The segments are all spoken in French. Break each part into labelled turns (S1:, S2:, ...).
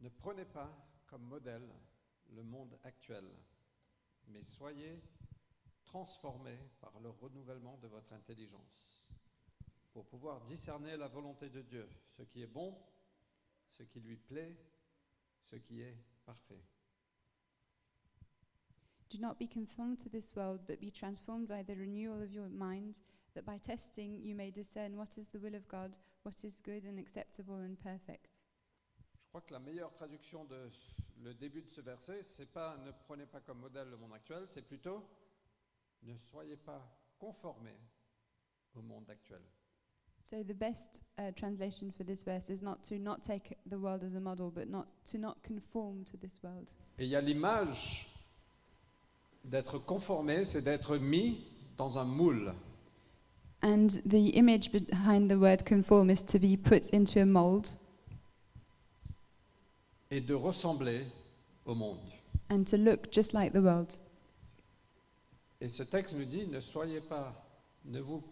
S1: Ne prenez pas comme modèle le monde actuel, mais soyez transformés par le renouvellement de votre intelligence, pour pouvoir discerner la volonté de Dieu, ce qui est bon, ce qui lui plaît, ce qui est parfait.
S2: Do not be conformed to this world, but be transformed by the renewal of your mind, that by testing you may discern what is the will of God, what is good and acceptable and perfect.
S1: Je crois que la meilleure traduction de ce- le début de ce verset, c'est pas ne prenez pas comme modèle le monde actuel, c'est plutôt ne soyez pas conformés au monde actuel.
S2: So the best uh, translation for this verse is not to not take the world as a model, but not to not conform to this world.
S1: Et il y a l'image d'être conformé, c'est d'être mis dans un moule.
S2: And the image behind the word conform is to be put into a mold
S1: et de ressembler au monde.
S2: and to look just like the world.
S1: Et ce texte nous dit ne soyez pas, ne vous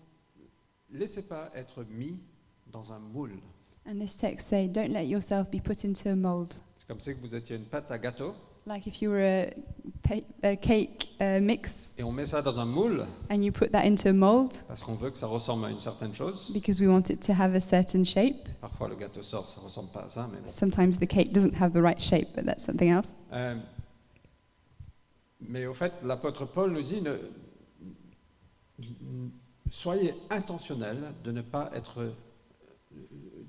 S1: laissez pas être mis dans un moule.
S2: And this text say, don't let yourself be put into a mold,
S1: C'est comme si vous étiez une pâte à gâteau
S2: like if you were a, pa- a cake uh, mix
S1: et on met ça dans un moule
S2: and you put that into a mold
S1: parce qu'on veut que ça ressemble à une certaine chose.
S2: because we want it to have a certain shape.
S1: Parfois le gâteau sort, ça ressemble pas à ça, mais bon.
S2: Sometimes the cake doesn't have the right shape, but that's something else.
S1: Euh, mais au fait, l'apôtre Paul nous dit ne- soyez intentionnel de ne pas être,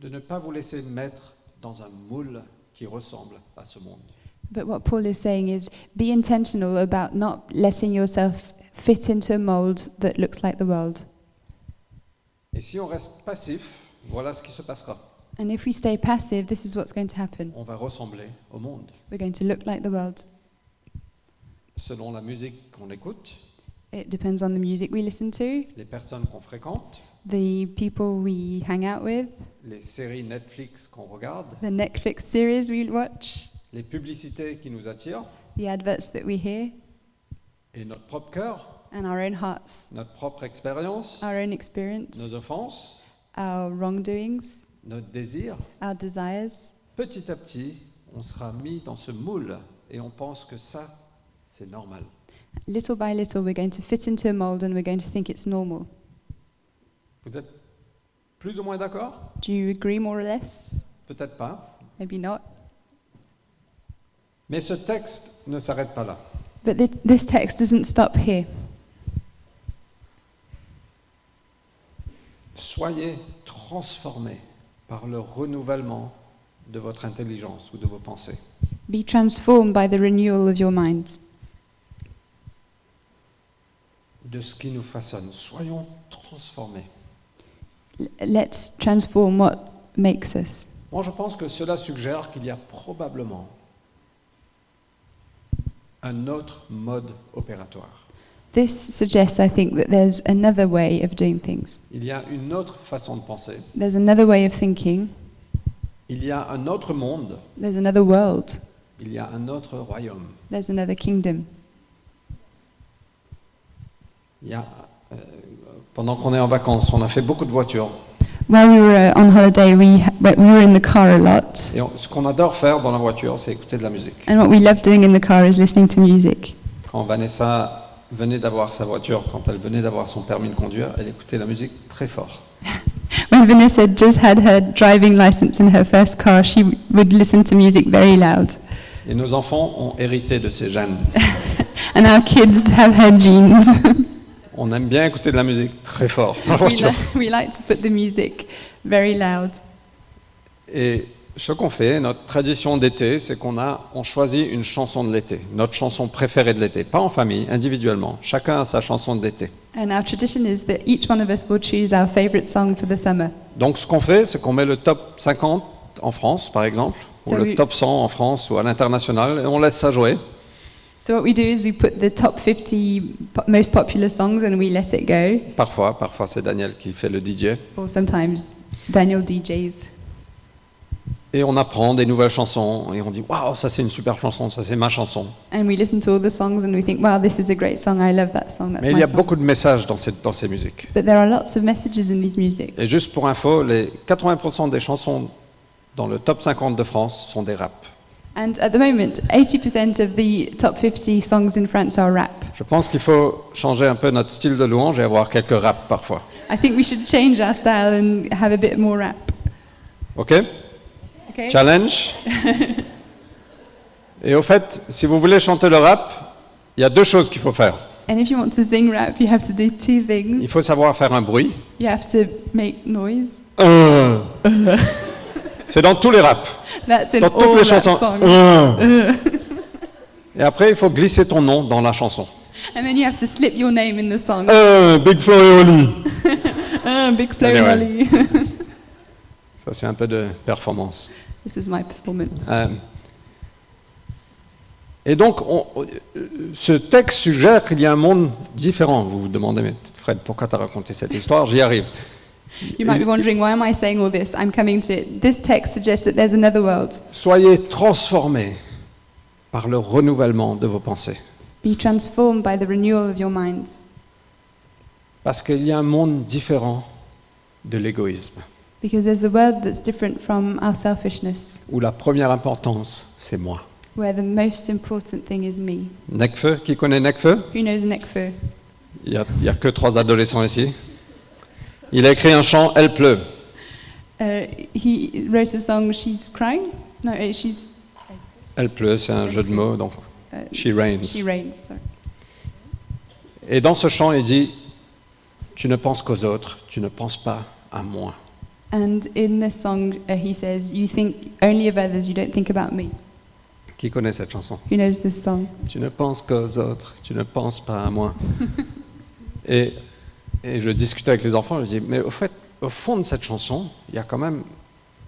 S1: de ne pas vous laisser mettre dans un moule qui ressemble à ce monde.
S2: But what Paul is saying is be intentional about not letting yourself fit into a mold that looks like the world.
S1: Et si on reste passif, voilà ce qui se passera.
S2: And if we stay passive, this is what's going to happen.
S1: On va ressembler au monde.
S2: We're going to look like the world.
S1: Selon la musique qu'on écoute,
S2: It depends on the music we listen to,
S1: les personnes qu'on fréquente,
S2: the people we hang out with,
S1: les séries Netflix qu'on regarde,
S2: the Netflix series we watch,
S1: les publicités qui nous attirent,
S2: the adverts that we hear,
S1: et notre propre cœur,
S2: and our own hearts,
S1: notre propre expérience,
S2: our own experience,
S1: nos offenses,
S2: our wrongdoings,
S1: notre désir,
S2: our desires.
S1: petit à petit, on sera mis dans ce moule et on pense que ça, c'est normal.
S2: Little by little, we're going to fit into a mold and we're going to think it's normal.
S1: Vous êtes plus ou moins d'accord
S2: Do you agree more or less?
S1: Peut-être pas.
S2: Maybe not.
S1: Mais ce texte ne s'arrête pas là.
S2: But thi- this text doesn't stop here.
S1: Soyez transformés par le renouvellement de votre intelligence ou de vos pensées.
S2: Be transformed by the renewal of your mind,
S1: De ce qui nous façonne. Soyons transformés.
S2: L- let's transform what makes us.
S1: Moi, je pense que cela suggère qu'il y a probablement un autre mode opératoire.
S2: This suggests, I think, that there's another way of doing things.
S1: Il y a une autre façon de penser.
S2: There's another way of thinking.
S1: Il y a un autre monde.
S2: There's another world.
S1: Il y a un autre royaume.
S2: There's another kingdom.
S1: Il y a, euh, pendant qu'on est en vacances, on a fait beaucoup de voitures.
S2: While we were uh, on holiday, we, ha- we were in the car a lot.
S1: Et on- ce qu'on adore faire dans la voiture, c'est écouter de la musique.
S2: And what we love doing in the car is listening to music.
S1: Quand Vanessa venait d'avoir sa voiture, quand elle venait d'avoir son permis de conduire, elle écoutait la musique très fort.
S2: When Vanessa had just had her driving license in her first car, she w- would listen to music very loud.
S1: Et nos enfants ont hérité de ces gènes.
S2: And our kids have her genes.
S1: On aime bien écouter de la musique très fort dans la
S2: we,
S1: voiture.
S2: li- we like to put the music very loud.
S1: Et ce qu'on fait, notre tradition d'été, c'est qu'on a, on choisit une chanson de l'été, notre chanson préférée de l'été, pas en famille, individuellement. Chacun a sa chanson de l'été.
S2: And our tradition is that each one of us will choose our favourite song for the summer.
S1: Donc ce qu'on fait, c'est qu'on met le top 50 en France, par exemple, ou
S2: Ça,
S1: le
S2: oui.
S1: top 100 en France ou à l'international, et on laisse ça jouer.
S2: So what we do is we put the top 50 po- most popular songs and we let it go,
S1: Parfois, parfois c'est Daniel qui fait le DJ.
S2: or sometimes Daniel DJs.
S1: Et on apprend des nouvelles chansons et on dit waouh, ça c'est une super chanson, ça c'est ma chanson.
S2: And we listen to all the songs and we think, wow, this is a great song, I love that song, that's
S1: Mais il
S2: my
S1: y a
S2: song.
S1: beaucoup de messages dans, cette- dans ces musiques.
S2: But there are lots of messages in these music.
S1: Et juste pour info, les 80% des chansons dans le top 50 de France sont des raps.
S2: And at the moment, 80% of the top 50 songs in France are rap.
S1: Je pense qu'il faut changer un peu notre style de louange et avoir quelques raps parfois.
S2: I think we should change our style and have a bit more rap.
S1: OK
S2: Okay?
S1: Challenge. et au fait, si vous voulez chanter le rap, il y a deux choses qu'il faut faire.
S2: And if you want to sing rap, you have to do two things.
S1: Il faut savoir faire un bruit.
S2: You have to make noise.
S1: Euh. C'est dans tous les raps,
S2: That's in
S1: dans
S2: all
S1: toutes les
S2: rap
S1: chansons.
S2: songs.
S1: Euh. Et après, il faut glisser ton nom dans la chanson.
S2: And then you have to slip your name in the song.
S1: Euh, Big Flo et Oli.
S2: Ah, big flow,
S1: Anyway.
S2: Molly.
S1: Ça, c'est un peu de performance.
S2: this is my performance.
S1: Euh, et donc, on- euh, ce texte suggère qu'il y a un monde différent. Vous vous demandez, mais Fred, pourquoi tu as raconté cette histoire J'y arrive.
S2: You might be wondering, why am I saying all this? I'm coming to it. This text suggests that there's another world.
S1: Soyez transformés par le renouvellement de vos pensées.
S2: Be transformed by the renewal of your minds,
S1: Parce qu'il y a un monde différent de l'égoïsme,
S2: because there's a world that's different from our selfishness,
S1: où la première importance, c'est moi.
S2: where the most important thing is me.
S1: Necfeu, qui connaît Necfeu
S2: Who knows Nekfeu?
S1: Il n'y a, il y a que trois adolescents ici. Il a écrit un chant, Elle pleut.
S2: Uh, he wrote a song, She's Crying? No, uh, She's...
S1: Elle pleut, c'est un jeu de mots, donc
S2: Uh,
S1: She Rains.
S2: she Reigns, sorry.
S1: Et dans ce chant, il dit Tu ne penses qu'aux autres, tu ne penses pas à moi.
S2: And in this song, uh, he says, you think only of others, you don't think about me.
S1: Qui connaît cette chanson
S2: Who knows this song?
S1: Tu ne penses qu'aux autres, tu ne penses pas à moi. et, et je discutais avec les enfants, je dis Mais au fait, au fond de cette chanson, il y a quand même.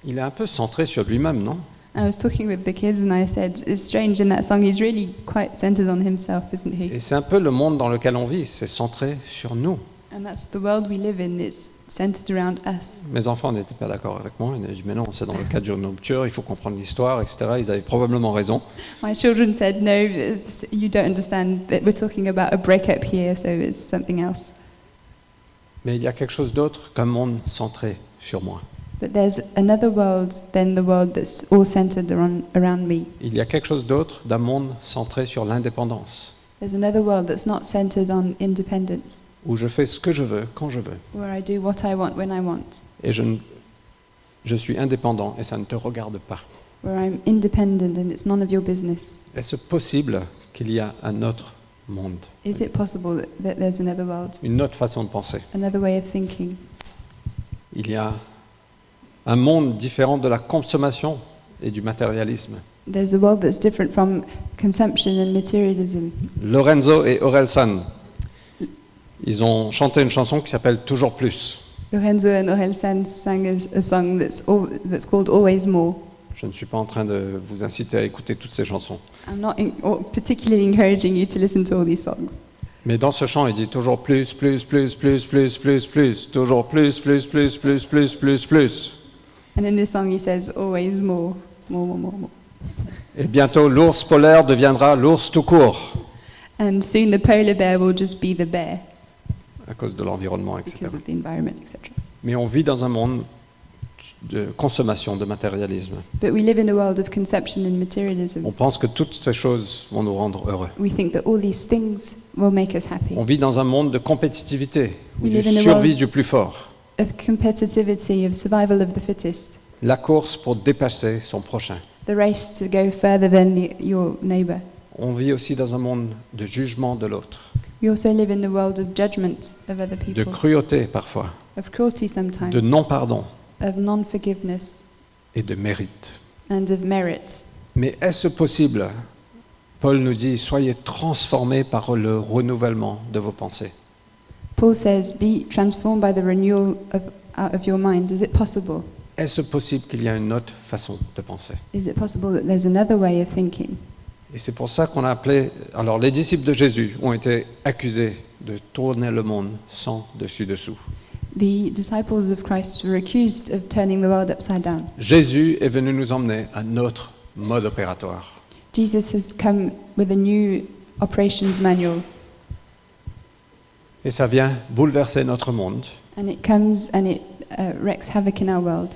S1: Il est un peu centré sur lui-même, non
S2: I was talking with the kids and I said, it's strange in that song, he's really quite centered on himself, isn't he?
S1: Et c'est un peu le monde dans lequel on vit, c'est centré sur nous.
S2: And that's the world we live in, it's centered around us.
S1: Mes enfants n'étaient pas d'accord avec moi, ils m'ont dit Mais non, c'est dans le cadre d'une rupture, il faut comprendre l'histoire, etc. Ils avaient probablement raison.
S2: My children said, no, it's- you don't understand that we're talking about a breakup here, so it's something else.
S1: Mais il y a quelque chose d'autre qu'un monde centré sur moi.
S2: But there's another world than the world that's all centered around, around me.
S1: Il y a quelque chose d'autre d'un monde centré sur l'indépendance,
S2: There's another world that's not centered on independence,
S1: où je fais ce que je veux, quand je veux,
S2: where I do what I want when I want,
S1: et je, ne- je suis indépendant et ça ne te regarde pas.
S2: where I'm independent and it's none of your business.
S1: Est-ce possible qu'il y a un autre monde,
S2: Is it possible that, that there's another world,
S1: une autre façon de penser
S2: another way of thinking?
S1: Il y a un monde différent de la consommation et du matérialisme.
S2: There's a world that's different from consumption and materialism.
S1: Lorenzo et Orelsan, ils ont chanté une chanson qui s'appelle Toujours plus.
S2: Lorenzo and Orel San sang a, a song that's, all, that's called Always More.
S1: Je ne suis pas en train de vous inciter à écouter toutes ces chansons.
S2: I'm not in, or particularly encouraging you to listen to all these songs.
S1: Mais dans ce chant, il dit toujours plus, plus, plus, plus, plus, plus, plus, toujours plus, plus, plus, plus, plus, plus, plus.
S2: And in this song, he says, Always more, more, more, more, more.
S1: Et bientôt, l'ours polaire deviendra l'ours tout court,
S2: And soon the polar bear will just be the bear
S1: à cause de l'environnement, etc.
S2: because of the environment, etc.
S1: Mais on vit dans un monde de consommation, de matérialisme.
S2: But we live in a world of conception and materialism.
S1: On pense que toutes ces choses vont nous rendre heureux.
S2: We think that all these things will make us happy.
S1: On vit dans un monde de compétitivité, où
S2: We
S1: du
S2: live in a
S1: survie
S2: world-
S1: du plus fort,
S2: Of competitivity, of survival of the fittest,
S1: la course pour dépasser son prochain.
S2: the race to go further than the, your neighbour.
S1: On vit aussi dans un monde de jugement de l'autre,
S2: We also live in the world of judgment of other
S1: de
S2: people,
S1: cruauté parfois,
S2: of cruelty sometimes,
S1: de non-pardon
S2: of non forgiveness,
S1: et de mérite.
S2: and of merit.
S1: Mais est-ce possible Paul nous dit, soyez transformés par le renouvellement de vos pensées.
S2: Paul says, Be transformed by the renewal of, uh, of your minds. Is it possible?
S1: Est-ce possible qu'il y a une autre façon de penser
S2: Is it possible that there's another way of thinking?
S1: Et c'est pour ça qu'on a appelé... Alors, les disciples de Jésus ont été accusés de tourner le monde sans dessus-dessous.
S2: The disciples of Christ were accused of turning the world upside down.
S1: Jésus est venu nous emmener à notre mode opératoire.
S2: Jesus has come with a new operations manual,
S1: Et ça vient bouleverser notre monde,
S2: and it comes and it uh, wreaks havoc in our world.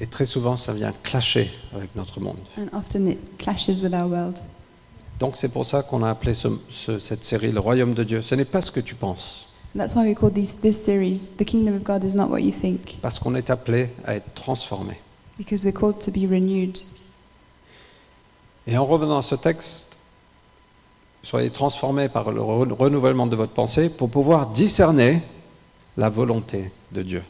S1: Et très souvent, ça vient clasher avec notre monde.
S2: and often it clashes with our world.
S1: Donc c'est pour ça qu'on a appelé ce- ce- cette série Le Royaume de Dieu. Ce n'est pas ce que tu penses,
S2: And that's why we call these, this series The Kingdom of God is Not What You Think,
S1: parce qu'on est appelé à être transformé.
S2: because we're called to be renewed.
S1: Et en revenant à ce texte, soyez transformés par le re- renouvellement de votre pensée pour pouvoir discerner la volonté de Dieu.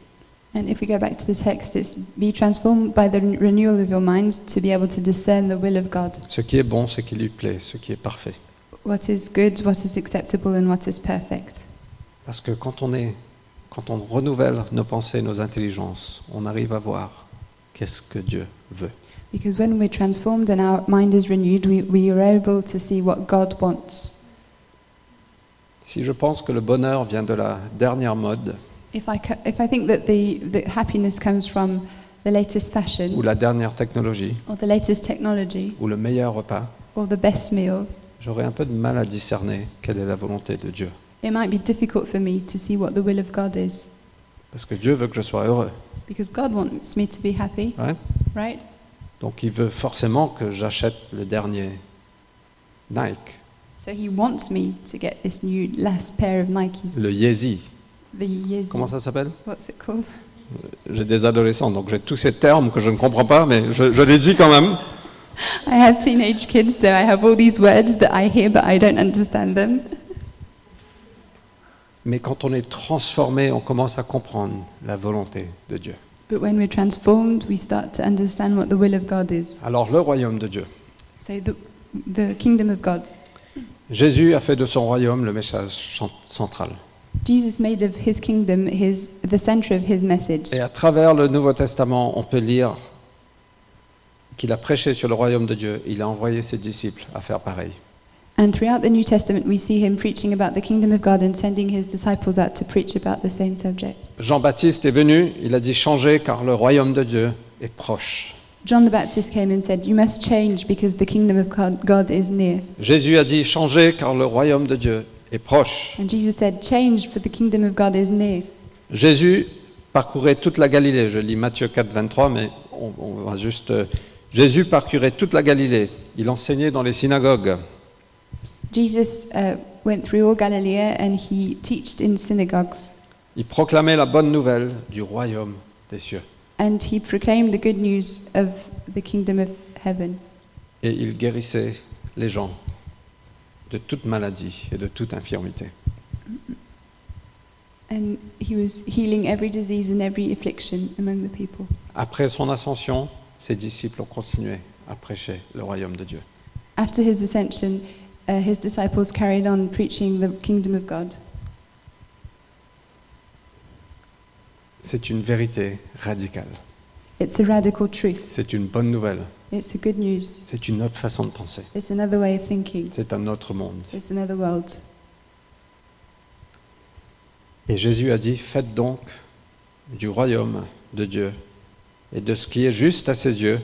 S2: And if we go back to the text, it's be transformed by the ren- renewal of your minds to be able to discern the will of God,
S1: Ce qui est bon, ce qui lui plaît, ce qui est parfait.
S2: what is good, what is acceptable, and what is perfect.
S1: Parce que quand on est, quand on renouvelle nos pensées, nos intelligences, on arrive à voir qu'est-ce que Dieu veut.
S2: Because when we're transformed and our mind is renewed, we, we are able to see what God wants.
S1: Si je pense que le bonheur vient de la dernière mode
S2: If I, ca- if I think that the, the happiness comes from the latest
S1: ou
S2: fashion,
S1: la dernière technologie
S2: or the latest technology,
S1: ou le meilleur repas,
S2: or the best meal,
S1: j'aurai un peu de mal à discerner quelle est la volonté de Dieu.
S2: it might be difficult for me to see what the will of God is.
S1: Parce que Dieu veut que je sois heureux.
S2: Because God wants me to be happy,
S1: right
S2: right?
S1: Donc il veut forcément que j'achète le dernier Nike,
S2: So He wants me to get this new last pair of Nikes.
S1: le Yeezy.
S2: The Yeezy.
S1: Comment ça s'appelle
S2: What's it called?
S1: J'ai des adolescents, donc j'ai tous ces termes que je ne comprends pas, mais je, je les dis quand même.
S2: I have teenage kids, so I have all these words that I hear but I don't understand them.
S1: Mais quand on est transformé, on commence à comprendre la volonté de Dieu.
S2: But when we're transformed, we start to understand what the will of God is.
S1: Alors le royaume de Dieu.
S2: So the, the kingdom of God.
S1: Jésus a fait de son royaume le message chan- central.
S2: Jesus made of his kingdom his, the center of his message.
S1: Et à travers le Nouveau Testament, on peut lire qu'il a prêché sur le royaume de Dieu. Il a envoyé ses disciples à faire pareil.
S2: And throughout the New Testament, we see him preaching about the kingdom of God and sending his disciples out to preach about the same subject.
S1: Jean-Baptiste est venu, il a dit changez car le royaume de Dieu est proche.
S2: John the Baptist came and said, You must change because the kingdom of God, God is near.
S1: Jésus a dit changez car le royaume de Dieu est proche.
S2: And Jesus said, Change for the kingdom of God is near.
S1: Jésus parcourait toute la Galilée. Je lis Matthieu 4, 23, mais on, on va juste. euh, Jésus parcourait toute la Galilée. Il enseignait dans les synagogues.
S2: Jesus uh, went through all Galilee and he teached in synagogues.
S1: Il proclamait la bonne nouvelle du royaume des cieux.
S2: And he proclaimed the good news of the kingdom of heaven.
S1: Et il guérissait les gens de toute maladie et de toute infirmité.
S2: And he was healing every disease and every affliction among the people.
S1: Après son ascension, ses disciples ont continué à prêcher le royaume de Dieu.
S2: After his ascension, uh, his disciples carried on preaching the kingdom of God.
S1: C'est une vérité radicale.
S2: It's a radical truth.
S1: C'est une bonne nouvelle.
S2: It's a good news.
S1: C'est une autre façon de penser.
S2: It's another way of thinking.
S1: C'est un autre monde.
S2: It's another world.
S1: Et Jésus a dit, faites donc du royaume de Dieu et de ce qui est juste à ses yeux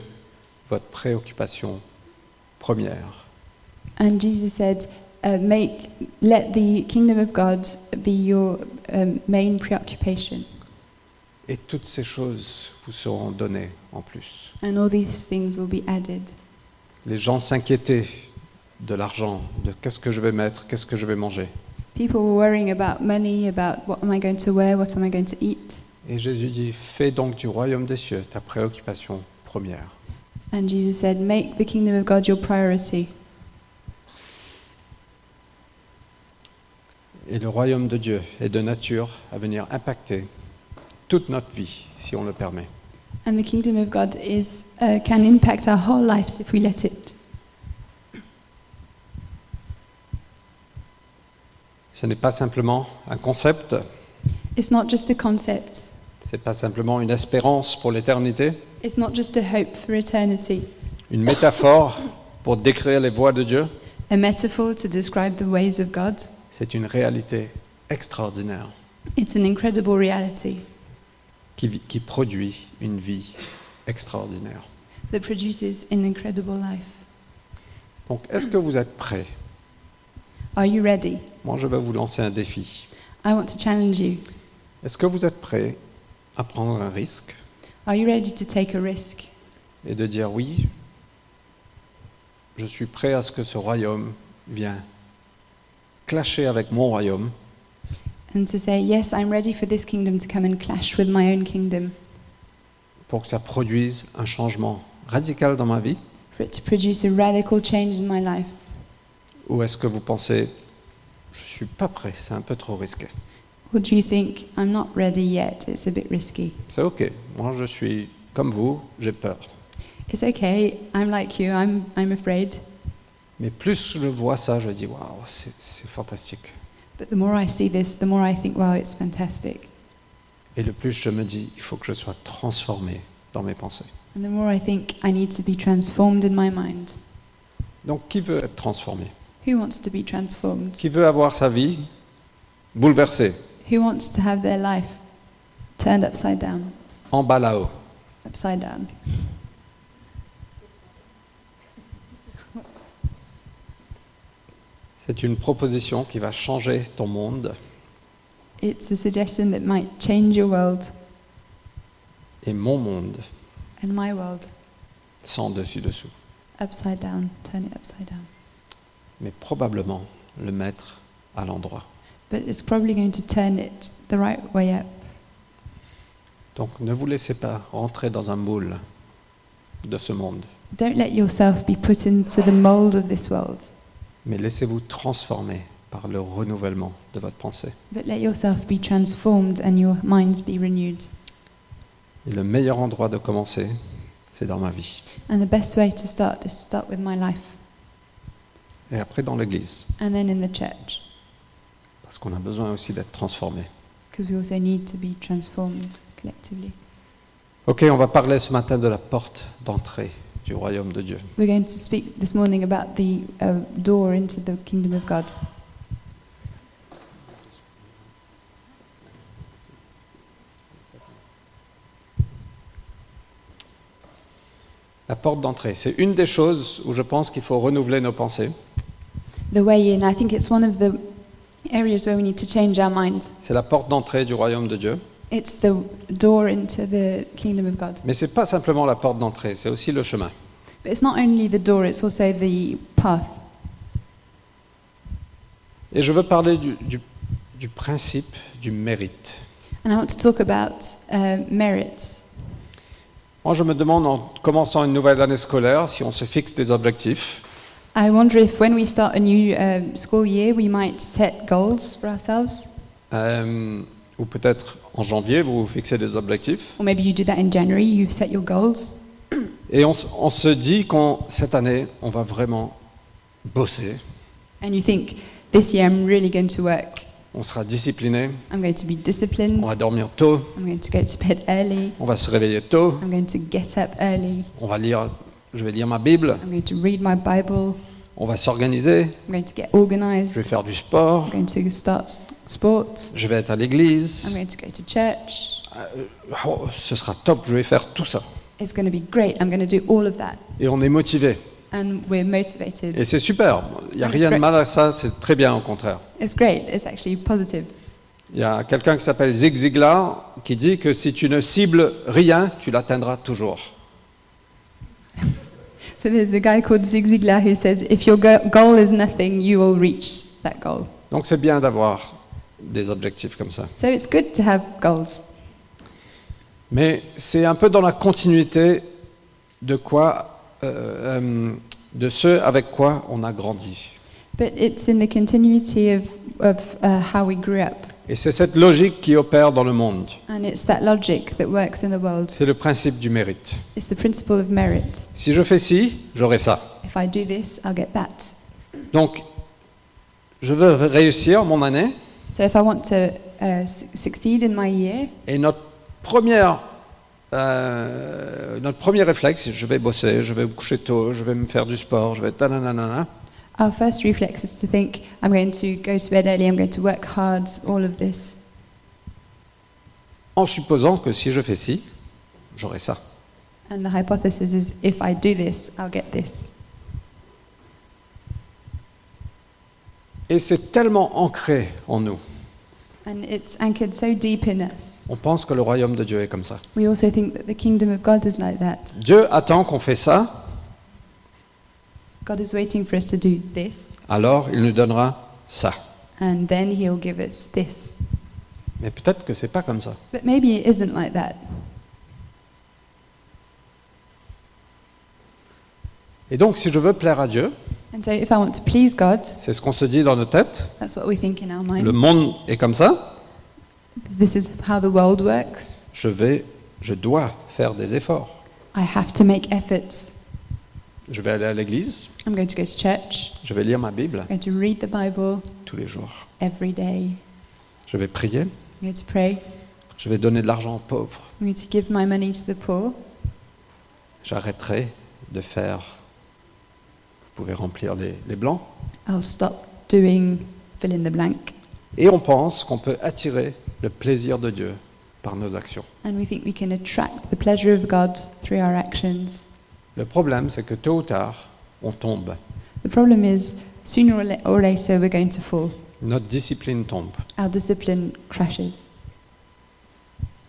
S1: votre préoccupation première.
S2: And Jesus said, uh, "Make let the kingdom of God be your um, main preoccupation,
S1: Et toutes ces choses vous seront données en plus.
S2: and all these things will be added."
S1: Les gens s'inquiétaient de l'argent, de qu'est-ce que je vais mettre, qu'est-ce que je vais manger.
S2: People were worrying about money, about what am I going to wear, what am I going to eat,
S1: Et Jésus dit, fais donc du royaume des cieux ta préoccupation première.
S2: and Jesus said, "Make the kingdom of God your priority."
S1: Et le royaume de Dieu est de nature à venir impacter toute notre vie, si on le permet.
S2: And the kingdom of God is uh, can impact our whole lives if we let it.
S1: Ce n'est pas simplement un concept,
S2: It's not just a concept.
S1: ce n'est pas simplement une espérance pour l'éternité,
S2: It's not just a hope for eternity,
S1: une métaphore pour décrire les voies de Dieu,
S2: a metaphor to describe the ways of God.
S1: c'est une réalité extraordinaire
S2: It's an incredible reality
S1: qui, vi- qui produit une vie extraordinaire.
S2: that produces an incredible life.
S1: Donc, est-ce que vous êtes prêts
S2: Are you ready?
S1: Moi, je vais vous lancer un défi.
S2: I want to challenge you.
S1: Est-ce que vous êtes prêts à prendre un risque
S2: Are you ready to take a risk
S1: et de dire oui, je suis prêt à ce que ce royaume vienne clasher avec mon royaume
S2: and to say, Yes, I'm ready for this kingdom to come and clash with my own kingdom,
S1: pour que ça produise un changement radical dans ma vie
S2: for it to produce a radical change in my life?
S1: Ou est-ce que vous pensez, je ne suis pas prêt, c'est un peu trop risqué
S2: Or do you think, I'm not ready yet, it's a bit risky?
S1: C'est OK, moi je suis comme vous, j'ai peur.
S2: It's okay, I'm like you, I'm, I'm afraid.
S1: Mais plus je vois ça, je dis, waouh, c'est c'est fantastique.
S2: But the more I see this, the more I think, wow, it's fantastic.
S1: Et le plus je me dis, il faut que je sois transformé dans mes pensées.
S2: And the more I think, I need to be transformed in my mind.
S1: Donc qui veut être transformé
S2: Who wants to be transformed?
S1: Qui veut avoir sa vie bouleversée,
S2: Who wants to have their life turned upside down?
S1: en bas là-haut
S2: Upside down.
S1: C'est une proposition qui va changer ton monde
S2: It's a suggestion that might change your world
S1: et mon monde
S2: and my world.
S1: sans dessus-dessous.
S2: Upside down, turn it upside down.
S1: Mais probablement le mettre à l'endroit.
S2: But it's probably going to turn it the right way up.
S1: Donc ne vous laissez pas rentrer dans un moule de ce monde,
S2: Don't let yourself be put into the mold of this world,
S1: mais laissez-vous transformer par le renouvellement de votre pensée.
S2: but let yourself be transformed and your minds be renewed.
S1: Et le meilleur endroit de commencer, c'est dans ma vie.
S2: And the best way to start is to start with my life
S1: Et après dans l'Église,
S2: and then in the church,
S1: parce qu'on a besoin aussi d'être transformé.
S2: because we also need to be transformed collectively.
S1: Ok, on va parler ce matin de la porte d'entrée du royaume de Dieu.
S2: We're going to speak this morning about the uh, door into the kingdom of God.
S1: La porte d'entrée, c'est une des choses où je pense qu'il faut renouveler nos pensées,
S2: The way in, I think it's one of the areas where we need to change our minds.
S1: c'est la porte d'entrée du royaume de Dieu.
S2: It's the door into the kingdom of God.
S1: Mais c'est pas simplement la porte d'entrée, c'est aussi le chemin.
S2: But it's not only the door, it's also the path.
S1: Et je veux parler du, du- du principe du mérite.
S2: And I want to talk about uh, merits.
S1: Moi, je me demande en commençant une nouvelle année scolaire si on se fixe des objectifs.
S2: I wonder if when we start a new um, school year, we might set goals for ourselves.
S1: Euh, ou peut-être en janvier, vous vous fixez des objectifs.
S2: Or maybe you do that in January, you set your goals.
S1: Et on, s- on se dit qu'en cette année, on va vraiment bosser,
S2: And you think, this year I'm really going to work.
S1: on sera discipliné,
S2: I'm going to be disciplined.
S1: on va dormir tôt,
S2: I'm going to go to bed early.
S1: on va se réveiller tôt,
S2: I'm going to get up early.
S1: on va lire, je vais lire ma Bible,
S2: I'm going to read my Bible.
S1: on va s'organiser,
S2: I'm going to get
S1: je
S2: organized.
S1: vais faire du sport,
S2: I'm going to start s- sports.
S1: je vais être à
S2: I'm
S1: l'église,
S2: going to go to church.
S1: Euh, oh, ce sera top, je vais faire tout ça.
S2: It's going to be great. I'm going to do all of that.
S1: Et on est motivé.
S2: And we're motivated.
S1: Et c'est super. Il n'y a rien de mal à ça, c'est très bien au contraire.
S2: It's great. It's actually positive.
S1: Il y a quelqu'un qui s'appelle Zig Ziglar qui dit que si tu ne cibles rien, tu l'atteindras toujours.
S2: So there's a guy called Zig Ziglar who says, if your go- goal is nothing, you will reach that goal.
S1: Donc c'est bien d'avoir des objectifs comme ça.
S2: So it's good to have goals.
S1: Mais c'est un peu dans la continuité de quoi, euh, euh, de ce avec quoi on a grandi.
S2: But it's in the continuity of, of uh, how we grew up.
S1: Et c'est cette logique qui opère dans le monde.
S2: And it's that logic that works in the world.
S1: C'est le principe du mérite.
S2: It's the principle of merit.
S1: Si je fais ci, j'aurai ça.
S2: If I do this, I'll get that.
S1: Donc, je veux réussir mon année.
S2: So if I want to uh, su- succeed in my year,
S1: Et notre première, euh, notre premier réflexe, je vais bosser, je vais me coucher tôt, je vais me faire du sport, je vais tananana.
S2: our first reflex is to think, I'm going to go to bed early, I'm going to work hard, all of this.
S1: en supposant que si je fais ci, j'aurai ça.
S2: And the hypothesis is, if I do this, I'll get this.
S1: Et c'est tellement ancré en nous
S2: and it's anchored so deep in us.
S1: On pense que le royaume de Dieu est comme ça.
S2: We also think that the kingdom of God is like that.
S1: Dieu attend qu'on fait ça,
S2: God is waiting for us to do this,
S1: alors il nous donnera ça.
S2: and then He'll give us this.
S1: Mais peut-être que c'est pas comme ça.
S2: But maybe it isn't like that.
S1: Et donc, si je veux plaire à Dieu,
S2: And so, if I want to please God,
S1: c'est ce qu'on se dit dans nos têtes.
S2: that's what we think in our minds.
S1: Le monde est comme ça.
S2: This is how the world works.
S1: Je vais, je dois faire des efforts.
S2: I have to make efforts.
S1: Je vais aller à l'église.
S2: I'm going to go to church.
S1: Je vais lire ma Bible
S2: I'm going to read the Bible
S1: tous les jours.
S2: every day.
S1: Je vais prier.
S2: I'm going to pray.
S1: Je vais donner de l'argent aux pauvres.
S2: I'm going to give my money to the poor.
S1: J'arrêterai de faire. Vous pouvez remplir les, les blancs.
S2: I'll stop doing fill in the blank.
S1: Et on pense qu'on peut attirer le plaisir de Dieu par nos actions.
S2: And we think we can attract the pleasure of God through our actions.
S1: Le problème, c'est que tôt ou tard, on tombe.
S2: The problem is, sooner or, la- or later, we're going to fall.
S1: Notre discipline tombe.
S2: Our discipline crashes.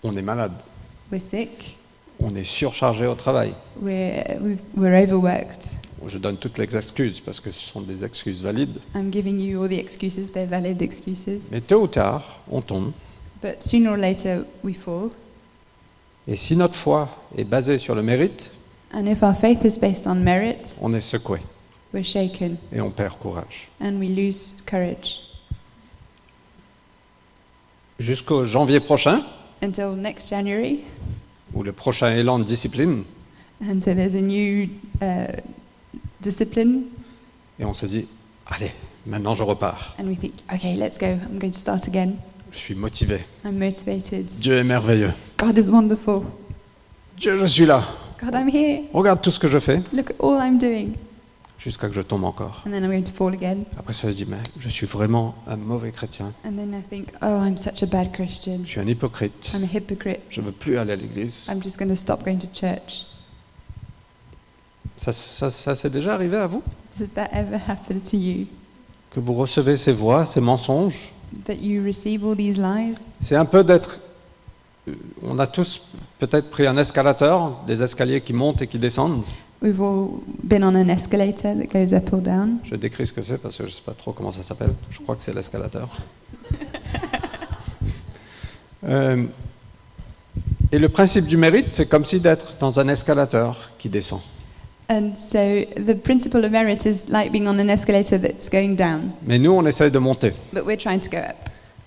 S1: On est malade.
S2: We're sick.
S1: On est surchargé au travail.
S2: We're, we've, we're overworked.
S1: Je donne toutes les excuses parce que ce sont des excuses valides.
S2: I'm giving you all the excuses, they're valid excuses.
S1: Mais tôt ou tard, on tombe.
S2: But sooner or later, we fall.
S1: Et si notre foi est basée sur le mérite,
S2: And if our faith is based on merit,
S1: on est secoué
S2: we're shaken
S1: et on perd courage.
S2: and we lose courage.
S1: Jusqu'au janvier prochain,
S2: Until next January,
S1: ou le prochain élan de discipline,
S2: and so there's a new uh, discipline,
S1: et on se dit, allez, maintenant je repars.
S2: and we think, okay, let's go. I'm going to start again.
S1: Je suis motivé.
S2: I'm motivated.
S1: Dieu est merveilleux.
S2: God is wonderful.
S1: Dieu, je suis là.
S2: God, I'm here.
S1: Regarde tout ce que je fais.
S2: Look at all I'm doing.
S1: Jusqu'à que je tombe encore.
S2: And then I'm going to fall again.
S1: Après ça, je dis, mais je suis vraiment un mauvais chrétien.
S2: And then I think, oh, I'm such a bad Christian.
S1: Je suis un hypocrite.
S2: I'm a hypocrite.
S1: Je ne veux plus aller à l'église.
S2: I'm just going to stop going to church.
S1: Ça, ça, ça s'est déjà arrivé à vous
S2: Does that ever happen to you?
S1: Que vous recevez ces voix, ces mensonges
S2: That you receive all these lies?
S1: C'est un peu d'être. euh, On a tous peut-être pris un escalateur, des escaliers qui montent et qui descendent.
S2: We've all been on an escalator that goes up or down.
S1: Je décris ce que c'est parce que je ne sais pas trop comment ça s'appelle. Je crois que c'est l'escalateur. Euh, et le principe du mérite, c'est comme si d'être dans un escalateur qui descend.
S2: And so the principle of merit is like being on an escalator that's going down,
S1: Mais nous, on essaye de monter.
S2: but we're trying to go up.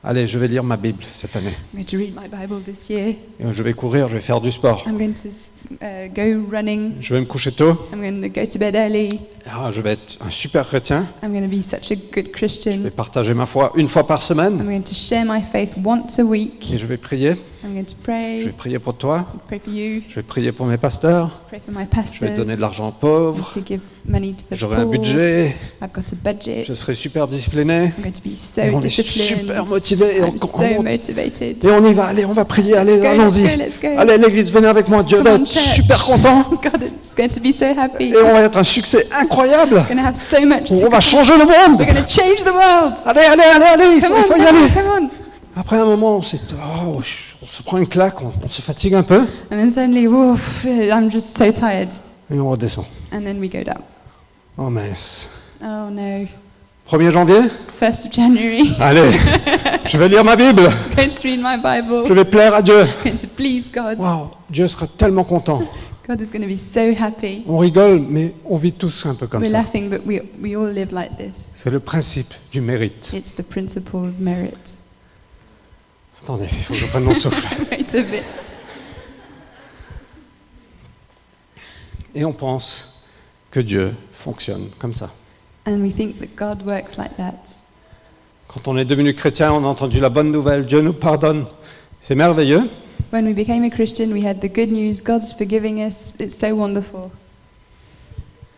S1: Allez, je vais lire ma Bible cette année.
S2: I'm going to read my Bible this year.
S1: Et Je vais courir, je vais faire du sport.
S2: I'm going to s- uh, go running.
S1: Je vais me coucher tôt.
S2: I'm going to go to bed early.
S1: Ah, je vais être un super chrétien.
S2: I'm going to be such a good
S1: Je vais
S2: Christian.
S1: partager ma foi une fois par
S2: I'm
S1: semaine.
S2: going to share my faith once a week.
S1: Et je vais prier.
S2: I'm going to
S1: Je
S2: pray,
S1: vais prier pour toi.
S2: pray for you,
S1: Je vais prier pour mes pasteurs.
S2: pray for my
S1: Je vais donner
S2: pastors,
S1: de l'argent aux
S2: I'm
S1: pauvres.
S2: to give money to the
S1: J'aurai un
S2: poor.
S1: budget.
S2: I've got a budget.
S1: Je serai super discipliné.
S2: I'm going to be
S1: Et
S2: so
S1: on est super
S2: disciplined.
S1: motivé. Et on,
S2: I'm so
S1: on-
S2: motivated.
S1: et on y va. Allez, on va prier. Allez,
S2: Let's go, let's go,
S1: allons-y.
S2: let's go.
S1: Allez, l'église, venez avec moi. Dieu
S2: Come
S1: va
S2: on,
S1: être
S2: church.
S1: super content.
S2: God, it's going to be so happy.
S1: Et on va être un succès incroyable.
S2: We're going to have so much
S1: On va
S2: success.
S1: changer le
S2: We're
S1: monde.
S2: going to change the world.
S1: Allez, allez, allez, allez. Il faut,
S2: Come
S1: il
S2: on,
S1: faut y
S2: come on,
S1: aller.
S2: come on.
S1: Après un moment, on, s'est- oh, on se prend une claque. On, on se fatigue un peu.
S2: And then suddenly, woof, I'm just so tired.
S1: Et on redescend.
S2: And then we go down.
S1: Oh mince.
S2: Oh no.
S1: 1er janvier
S2: 1st of January,
S1: Allez, je vais lire ma Bible.
S2: I'm going to read my Bible.
S1: Je vais plaire à Dieu.
S2: I'm going to please God.
S1: Waouh, Dieu sera tellement content.
S2: God is going to be so happy.
S1: On rigole, mais on vit tous un peu comme
S2: We're
S1: ça.
S2: laughing, but we, we all live like this.
S1: C'est le principe du mérite.
S2: It's the principle of merit.
S1: Attendez, il faut que je prenne mon souffle.
S2: Wait a bit.
S1: Et on pense que Dieu fonctionne comme ça.
S2: And we think that God works like that.
S1: Quand on est devenu chrétien, on a entendu la bonne nouvelle. Dieu nous pardonne. C'est merveilleux.
S2: When we became a Christian, we had the good news God's forgiving us. It's so wonderful.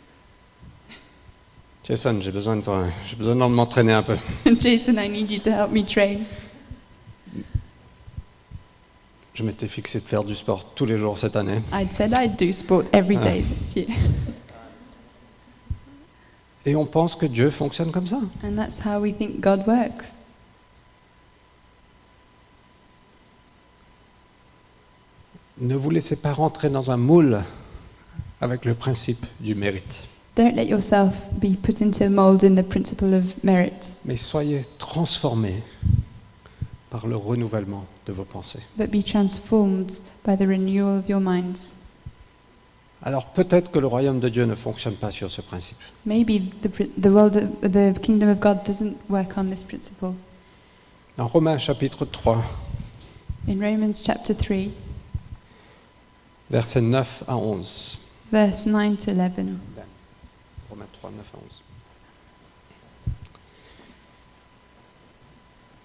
S1: Jason, j'ai besoin de toi. J'ai besoin de m'entraîner un peu.
S2: Jason, I need you to help me train.
S1: Je m'étais fixé de faire du sport tous les jours cette année.
S2: I'd said I'd do sport every
S1: Ah.
S2: day this year.
S1: Et on pense que Dieu fonctionne comme ça.
S2: And that's how we think God works.
S1: Ne vous laissez pas rentrer dans un moule avec le principe du mérite,
S2: Don't let yourself be put into a mold in the principle of merit,
S1: mais soyez transformés par le renouvellement de vos pensées.
S2: but be transformed by the renewal of your minds.
S1: Alors peut-être que le royaume de Dieu ne fonctionne pas sur ce principe,
S2: Maybe the, prin- the, world, of- the kingdom of God doesn't work on this principle.
S1: Dans Romains chapitre 3,
S2: In Romans chapter 3,
S1: versets 9 à 11.
S2: verse 9 to 11,
S1: Ben, Romains 3, 9 à 11.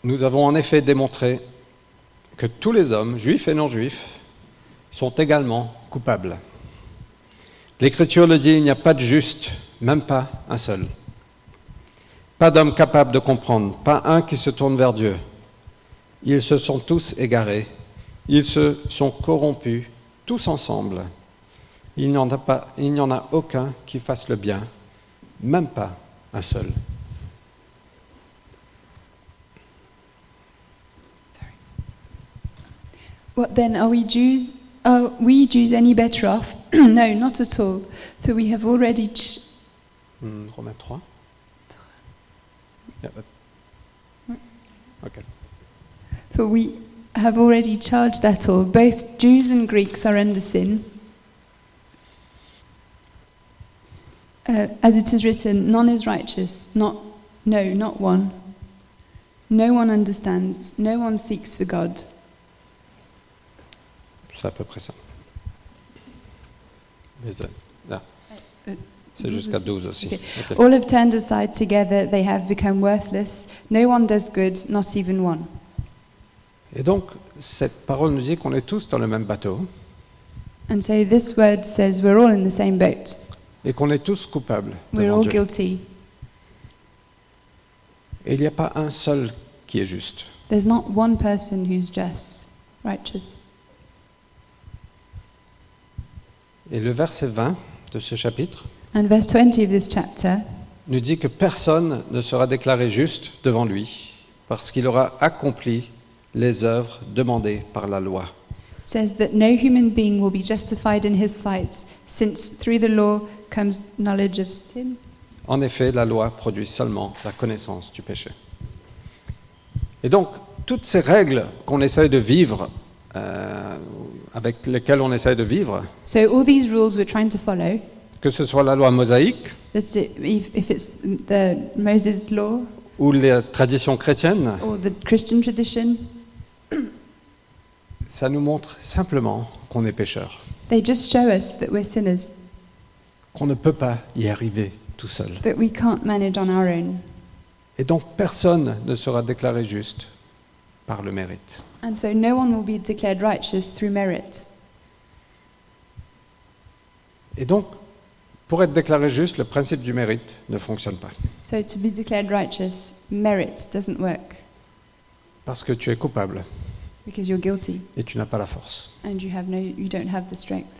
S1: Nous avons en effet démontré que tous les hommes, juifs et non-juifs, sont également coupables. L'Écriture le dit, il n'y a pas de juste, même pas un seul. Pas d'homme capable de comprendre, pas un qui se tourne vers Dieu. Ils se sont tous égarés, ils se sont corrompus, tous ensemble. Il n'y en a pas, il n'y en a aucun qui fasse le bien, même pas un seul.
S2: What then are we Jews? Are we Jews any better off? no, not at all. For we have already. Ch-
S1: Hmm, Romains 3. Yeah, but-
S2: Mm.
S1: Okay.
S2: For we have already charged that all, both Jews and Greeks are under sin. Uh, as it is written, none is righteous, not, no, not one. No one understands, no one seeks for God.
S1: C'est à peu près ça. Mais ça- là.
S2: euh,
S1: C'est
S2: 12
S1: jusqu'à
S2: aussi.
S1: 12 aussi.
S2: Ok. Oh.
S1: Ok.
S2: All have turned aside together, they have become worthless. No one does good, not even one.
S1: Et donc, cette parole nous dit qu'on est tous dans le même bateau
S2: And so this word says we're all in the same boat.
S1: et qu'on est tous coupables.
S2: We're
S1: devant
S2: all
S1: Dieu.
S2: guilty.
S1: Et il n'y a pas un seul qui est juste.
S2: There's not one person who's just, righteous.
S1: Et le verset 20 de ce chapitre
S2: And verse 20 of this chapter
S1: nous dit que personne ne sera déclaré juste devant lui, parce qu'il aura accompli les œuvres demandées par la loi.
S2: says that no human being will be justified in his sight, since through the law comes knowledge of sin.
S1: En effet, la loi produit seulement la connaissance du péché. Et donc, toutes ces règles qu'on essaye de vivre, euh, avec lesquelles on essaye de vivre,
S2: So all these rules we're trying to follow,
S1: que ce soit la loi mosaïque
S2: that it, if, if it's the Moses law
S1: ou les traditions chrétiennes,
S2: or the Christian tradition,
S1: ça nous montre simplement qu'on est pécheur,
S2: they just show us that we're sinners,
S1: qu'on ne peut pas y arriver tout seul.
S2: that we can't manage on our own.
S1: Et donc, personne ne sera déclaré juste par le mérite.
S2: And so no one will be declared righteous through merit.
S1: Et donc, pour être déclaré juste, le principe du mérite ne fonctionne pas.
S2: So to be declared righteous, merit doesn't work
S1: Parce que tu es coupable
S2: because you're guilty
S1: et tu n'as pas la force.
S2: and you have no you don't have the strength.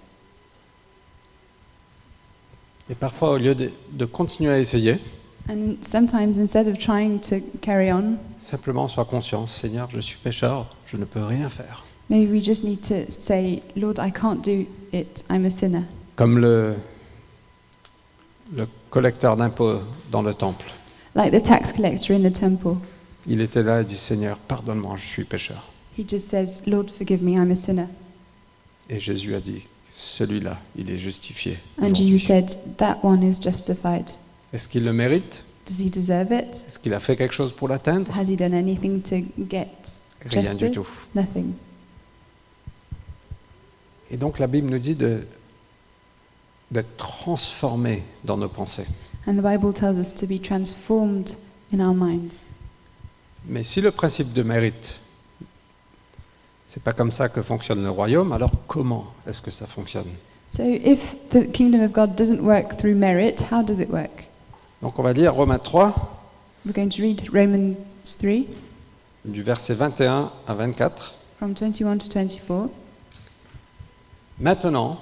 S1: Et parfois, au lieu de, de continuer à essayer,
S2: And sometimes instead of trying to carry on,
S1: simplement sois conscient, Seigneur, je suis pécheur, je ne peux rien faire.
S2: maybe we just need to say, Lord, I can't do it. I'm a sinner.
S1: Comme le, le collecteur d'impôts dans le temple.
S2: Like the tax collector in the temple.
S1: Il était là et dit, Seigneur, pardonne-moi, je suis pécheur.
S2: He just says, Lord, forgive me. I'm a sinner.
S1: Et Jésus a dit, celui-là, il est justifié.
S2: And
S1: aujourd'hui.
S2: Jesus said, that one is justified.
S1: Est-ce qu'il le mérite
S2: Does he deserve it?
S1: Est-ce qu'il a fait quelque chose pour l'atteindre
S2: Has he done anything to get
S1: Rien du
S2: Justice.
S1: tout.
S2: nothing?
S1: Et donc la Bible nous dit de- d'être transformés dans nos pensées.
S2: And the Bible tells us to be transformed in our minds.
S1: Mais si le principe de mérite, c'est pas comme ça que fonctionne le royaume, alors comment est-ce que ça fonctionne
S2: So if the kingdom of God doesn't work through merit, how does it work?
S1: Donc on va lire Romains 3,
S2: We're going to read Romans 3
S1: du verset 21 à 24.
S2: from 21 to 24.
S1: Maintenant,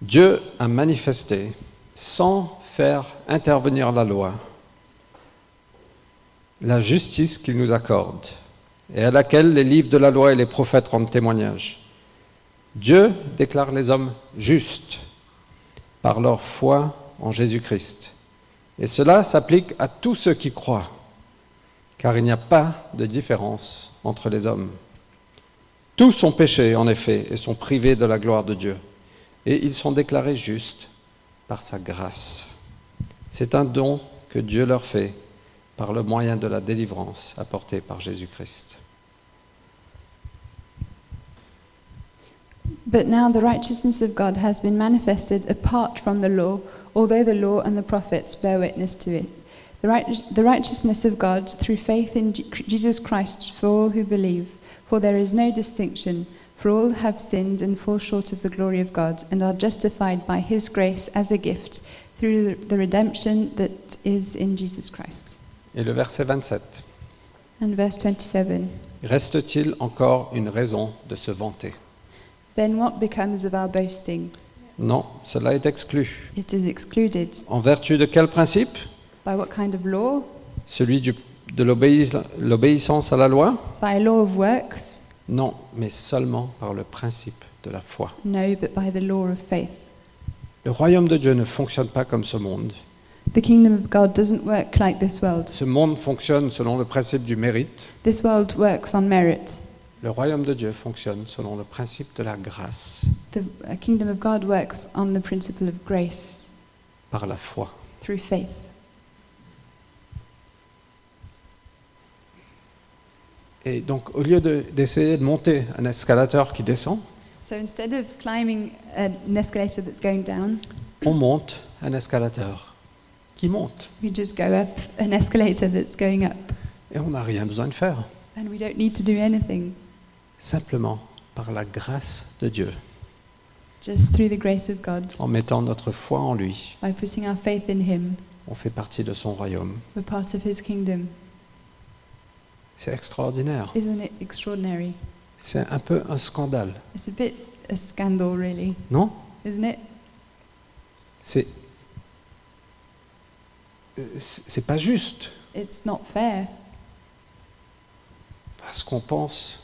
S1: Dieu a manifesté, sans faire intervenir la loi, la justice qu'il nous accorde, et à laquelle les livres de la loi et les prophètes rendent témoignage. Dieu déclare les hommes justes par leur foi en Jésus-Christ. Et cela s'applique à tous ceux qui croient, car il n'y a pas de différence entre les hommes. Tous ont péché, en effet, et sont privés de la gloire de Dieu. Et ils sont déclarés justes par sa grâce. C'est un don que Dieu leur fait par le moyen de la délivrance apportée par Jésus-Christ.
S2: But now the righteousness of God has been manifested apart from the law, although the law and the prophets bear witness to it. The, right, the righteousness of God through faith in Je- Jesus Christ for all who believe. For there is no distinction, for all have sinned and fall short of the glory of God, and are justified by his grace as a gift through the redemption that is in Jesus Christ.
S1: Et le verset 27.
S2: And verse 27
S1: Reste-t-il encore une raison de se vanter
S2: Then what becomes of our boasting?
S1: Non, cela est exclu.
S2: It is excluded.
S1: En vertu de quel principe
S2: By what kind of law?
S1: Celui du- de l'obéis- l'obéissance à la loi
S2: By a law of works?
S1: Non, mais seulement par le principe de la foi.
S2: No, but by the law of faith.
S1: Le royaume de Dieu ne fonctionne pas comme ce monde.
S2: The kingdom of God doesn't work like this world.
S1: Ce monde fonctionne selon le principe du mérite.
S2: This world works on merit.
S1: Le royaume de Dieu fonctionne selon le principe de la grâce,
S2: The uh, kingdom of God works on the principle of grace
S1: par la foi.
S2: through faith.
S1: Et donc, au lieu de- d'essayer de, monter un escalateur qui descend,
S2: So instead of climbing an escalator that's going down,
S1: on monte un escalateur qui monte.
S2: we just go up an escalator that's going up,
S1: Et on n'a rien besoin de faire,
S2: and we don't need to do anything,
S1: simplement par la grâce de Dieu,
S2: just through the grace of God.
S1: en mettant notre foi en lui.
S2: By putting our faith in Him,
S1: On fait partie de son royaume.
S2: we're part of His kingdom.
S1: C'est extraordinaire.
S2: Isn't it extraordinary?
S1: C'est un peu un scandale,
S2: It's a bit a scandal, really,
S1: non
S2: isn't it?
S1: C'est euh, c'est c'est pas juste
S2: It's not fair
S1: parce qu'on pense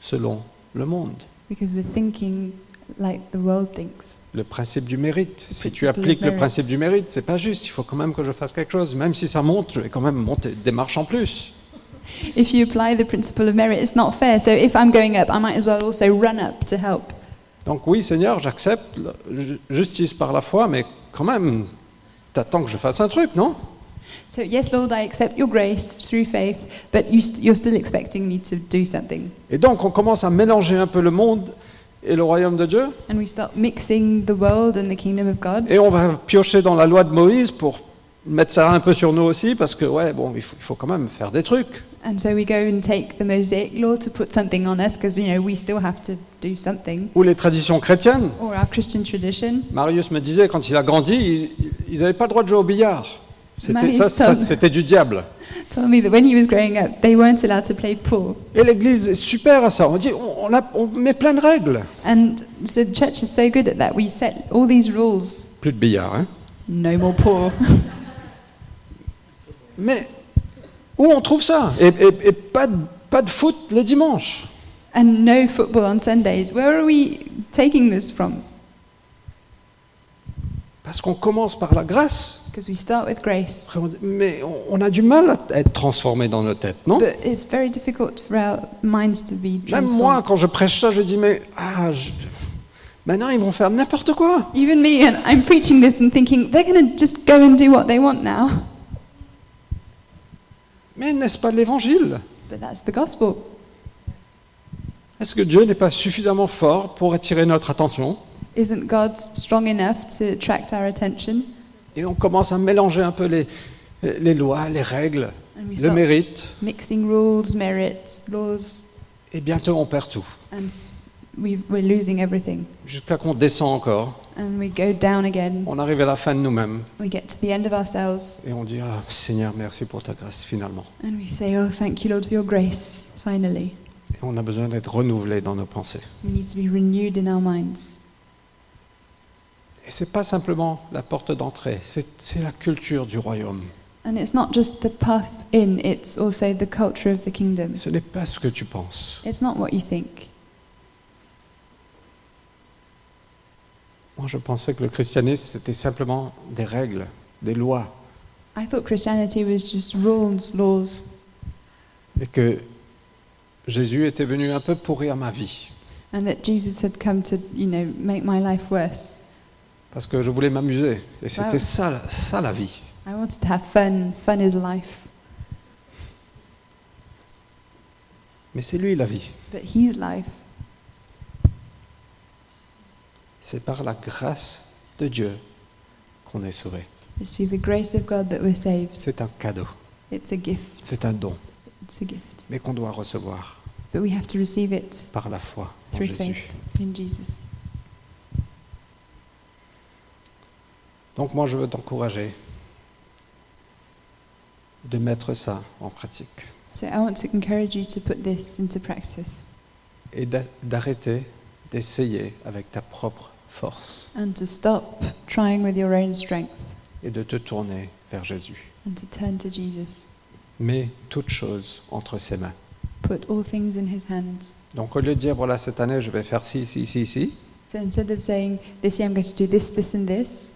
S1: selon le monde.
S2: because we're thinking like the world thinks.
S1: Le principe du mérite. Si tu
S2: principle of
S1: appliques le
S2: merit.
S1: principe du mérite, c'est pas juste. Il faut quand même que je fasse quelque chose. Même si ça monte, je vais quand même monter des marches en plus.
S2: If you apply the principle of merit, it's not fair. So if I'm going up, I might as well also run up to help.
S1: Donc oui, Seigneur, j'accepte la ju- justice par la foi, mais quand même, t'attends que je fasse un truc, non
S2: So, yes, Lord, I accept your grace through faith, but you st- you're still expecting me to do something.
S1: Et donc, on commence à mélanger un peu le monde et le royaume de Dieu,
S2: And we start mixing the world and the kingdom of God.
S1: et on va piocher dans la loi de Moïse pour mettre ça un peu sur nous aussi, parce que ouais, bon, il faut, il faut quand même faire des trucs.
S2: And so we go and take the Mosaic law to put something on us because, you know, we still have to do something.
S1: Ou les traditions chrétiennes.
S2: Or our Christian tradition.
S1: Marius me disait, quand il a grandi, il- ils n'avaient pas le droit de jouer au billard. C'était,
S2: Marius
S1: ça, ça,
S2: Tom.
S1: c'était du diable.
S2: told me that when he was growing up, they weren't allowed to play pool.
S1: Et l'Église est super à ça. On dit, on, on a- on met plein de règles.
S2: And so the church is so good at that. We set all these rules
S1: Plus de billard, hein.
S2: no more pool.
S1: Mais où on trouve ça Et, et- et pas, de, pas de foot les dimanches.
S2: and no football on Sundays. Where are we taking this from?
S1: Parce qu'on commence par la grâce.
S2: Because we start with grace.
S1: Après, on dit, mais on, on a du mal à être transformé dans nos têtes, non
S2: But it's very difficult for our minds to be
S1: Même moi,
S2: transformed.
S1: quand je prêche ça, je dis, mais ah, je- maintenant ils vont faire n'importe quoi.
S2: Even me, and I'm preaching this and thinking they're going to just go and do what they want now.
S1: Mais n'est-ce pas l'évangile
S2: But that's the gospel.
S1: Est-ce que Dieu n'est pas suffisamment fort pour attirer notre attention
S2: Isn't God strong enough to attract our attention?
S1: Et on commence à mélanger un peu les, les lois, les règles,
S2: And we
S1: le
S2: start
S1: mérite,
S2: mixing rules, merits, laws,
S1: et bientôt on perd tout,
S2: and s- we, we're losing everything.
S1: jusqu'à qu'on descend encore.
S2: And we go down again.
S1: On arrive à la fin de nous-mêmes
S2: We get to the end of ourselves
S1: et on dit Ah, Seigneur, merci pour ta grâce finalement.
S2: and we say, Oh, thank you, Lord, for your grace, finally.
S1: Et on a besoin d'être renouvelé dans nos pensées.
S2: We need to be renewed in our minds.
S1: Et c'est pas simplement la porte d'entrée, c'est c'est la culture du royaume.
S2: And it's not just the path in, it's also the culture of the kingdom.
S1: Ce n'est pas ce que tu penses.
S2: It's not what you think.
S1: Moi, je pensais que le christianisme, c'était simplement des règles, des lois,
S2: I thought Christianity was just rules, laws,
S1: et que Jésus était venu un peu pourrir ma vie,
S2: and that Jesus had come to, you know, make my life worse.
S1: parce que je voulais m'amuser. Et c'était
S2: Wow.
S1: ça, la- ça la vie.
S2: I wanted to have fun. Fun is life,
S1: Mais c'est lui la vie.
S2: but He's life.
S1: C'est par la grâce de Dieu qu'on est sauvé.
S2: It's through the grace of God that we're saved.
S1: C'est un cadeau,
S2: It's a gift.
S1: c'est un don,
S2: It's a gift,
S1: mais qu'on doit recevoir
S2: but we have to receive it
S1: par la foi en
S2: through
S1: Jésus.
S2: faith in Jesus.
S1: Donc moi, je veux t'encourager de mettre ça en pratique
S2: So I want to encourage you to put this into practice
S1: et d'a- d'arrêter d'essayer avec ta propre force
S2: and to stop trying with your own strength
S1: et de te tourner vers Jésus.
S2: and to turn to Jesus.
S1: Mets toute chose entre ses mains.
S2: Put all things in His hands.
S1: Donc au lieu de dire, voilà, cette année, je vais faire ci, ci, ci, ci,
S2: So instead of saying, this year I'm going to do this, this, and this,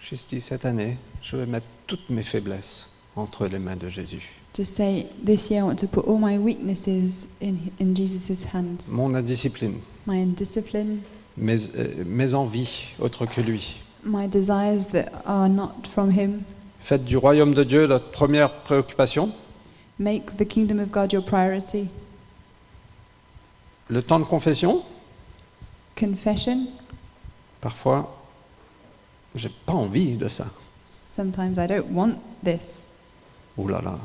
S1: juste dis, cette année, je vais mettre toutes mes faiblesses entre les mains de Jésus.
S2: just say, this year I want to put all my weaknesses in, in Jesus' hands.
S1: Mon indiscipline,
S2: My indiscipline,
S1: mes, euh, mes envies autres que lui.
S2: my desires that are not from Him.
S1: Faites du royaume de Dieu notre première préoccupation.
S2: Make the kingdom of God your priority.
S1: Le temps de confession,
S2: Confession.
S1: parfois, j'ai pas envie de ça.
S2: Sometimes I don't want this.
S1: Ouh là là.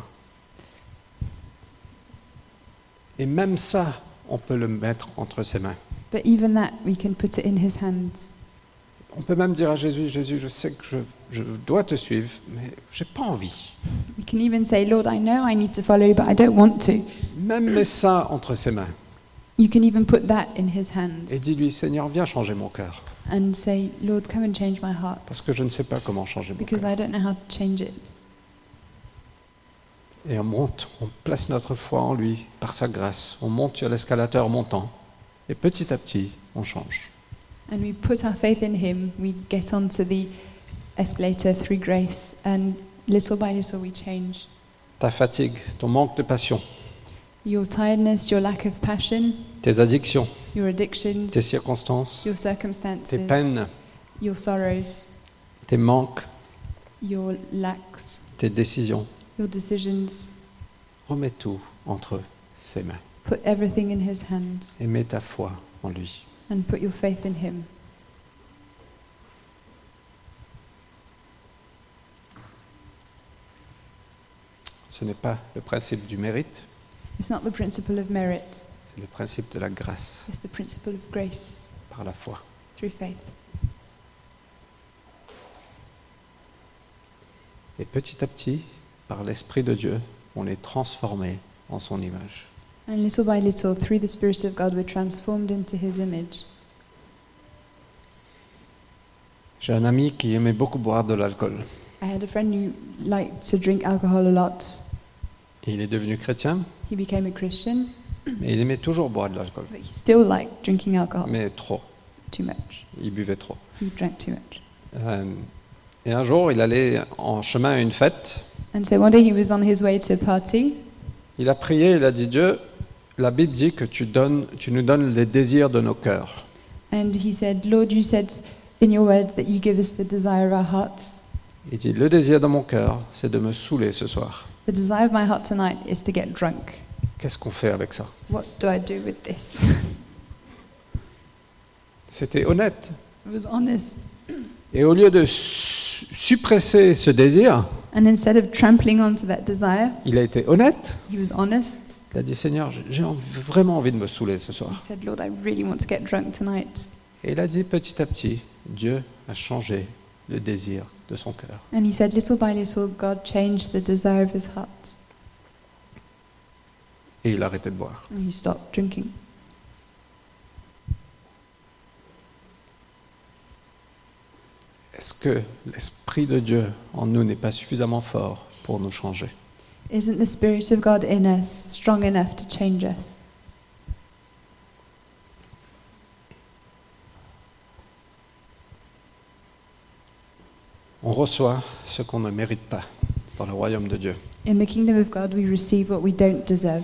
S1: Et même ça, on peut le mettre entre ses mains.
S2: But even that, we can put it in His hands.
S1: On peut même dire à Jésus, Jésus, je sais que je, je dois te suivre, mais j'ai pas envie.
S2: We can even say, Lord, I know I need to follow you, but I don't want to.
S1: Même mets ça entre ses mains
S2: You can even put that in His
S1: et
S2: hands
S1: dis-lui, Seigneur, viens changer mon cœur,
S2: and say, Lord, come and change my heart
S1: parce que je ne sais pas comment changer mon
S2: because
S1: cœur.
S2: I don't know how to change it.
S1: Et on monte, on place notre foi en lui par sa grâce. On monte sur l'escalateur montant et petit à petit, on change.
S2: And we put our faith in Him. We get onto the escalator through grace, and little by little we change.
S1: Ta fatigue, ton manque de passion,
S2: Your tiredness, your lack of passion,
S1: tes addictions,
S2: your
S1: tes
S2: addictions,
S1: circonstances,
S2: your
S1: tes
S2: circumstances,
S1: peines,
S2: your sorrows,
S1: tes manques,
S2: your lacks,
S1: tes décisions,
S2: your decisions.
S1: remets tout entre ses mains
S2: Put everything in His hands
S1: et mets ta foi en lui.
S2: and put your faith in Him.
S1: Ce n'est pas le principe du mérite,
S2: It's not the principle of merit,
S1: c'est le principe de la grâce
S2: it's the principle of grace
S1: par la foi.
S2: through faith.
S1: Et petit à petit, par l'Esprit de Dieu, on est transformé en son image.
S2: And little by little, through the Spirit of God, we're transformed into His image.
S1: J'ai un ami qui aimait beaucoup boire de l'alcool.
S2: I had a friend who liked to drink alcohol a lot.
S1: Et Il est devenu chrétien,
S2: He became a Christian,
S1: mais il aimait toujours boire de l'alcool.
S2: but he still liked drinking alcohol
S1: Mais trop,
S2: too much.
S1: il buvait trop.
S2: He drank too much.
S1: Euh, et un jour, il allait en chemin à une fête.
S2: And so one day he was on his way to a party
S1: Il a prié, il a dit Dieu, la Bible dit que tu, donnes, tu nous donnes les désirs de nos cœurs.
S2: and he said, Lord, you said in your word that you give us the desire of our hearts.
S1: Il dit Le désir de mon cœur, c'est de me saouler ce soir.
S2: The desire of my heart tonight is to get drunk.
S1: Qu'est-ce qu'on fait avec ça
S2: What do I do with this?
S1: C'était honnête.
S2: it was honest.
S1: Et au lieu de su- suppresser ce désir,
S2: And instead of trampling onto that desire,
S1: il a été honnête.
S2: he was honest.
S1: Il a dit Seigneur, j'ai en- vraiment envie de me saouler ce
S2: He
S1: soir.
S2: said, Lord, I really want to get drunk tonight.
S1: Et il a dit petit à petit Dieu a changé le désir de son cœur.
S2: And he said, little by little, God changed the desire of his heart.
S1: Et il a arrêté de boire.
S2: And he stopped drinking.
S1: Est-ce que l'Esprit de Dieu en nous n'est pas suffisamment fort pour nous changer
S2: Isn't the Spirit of God in us strong enough to change us?
S1: reçoit ce qu'on ne mérite pas dans le royaume de Dieu.
S2: In the kingdom of God, we receive what we don't deserve,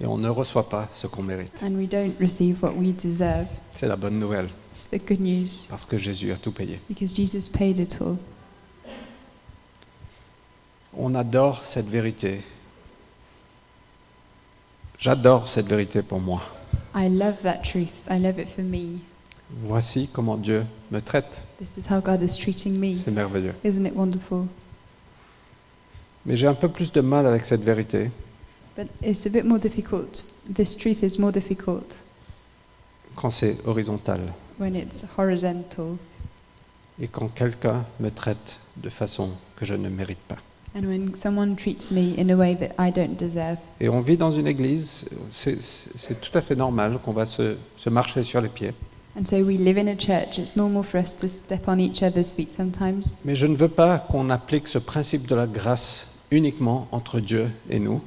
S1: Et on ne reçoit pas ce qu'on mérite.
S2: and we don't receive what we deserve.
S1: C'est la bonne nouvelle,
S2: It's the good news
S1: parce que Jésus a tout payé.
S2: because Jesus paid it all.
S1: On adore cette vérité. J'adore cette vérité pour moi.
S2: I love that truth. I love it for me.
S1: Voici comment Dieu me traite.
S2: This is how God is treating me.
S1: C'est merveilleux.
S2: Isn't it wonderful?
S1: Mais j'ai un peu plus de mal avec cette vérité
S2: But it's a bit more difficult. This truth is more difficult
S1: quand c'est horizontal
S2: when it's horizontal
S1: et quand quelqu'un me traite de façon que je ne mérite pas.
S2: and when someone treats me in a way that I don't deserve.
S1: Et on vit dans une église, c'est- c'est c'est tout à fait normal qu'on va se, se marcher sur les pieds.
S2: And so we live in a church. It's normal for us to step on each other's feet sometimes.
S1: Mais je ne veux pas qu'on applique ce principe de la grâce uniquement entre Dieu et nous,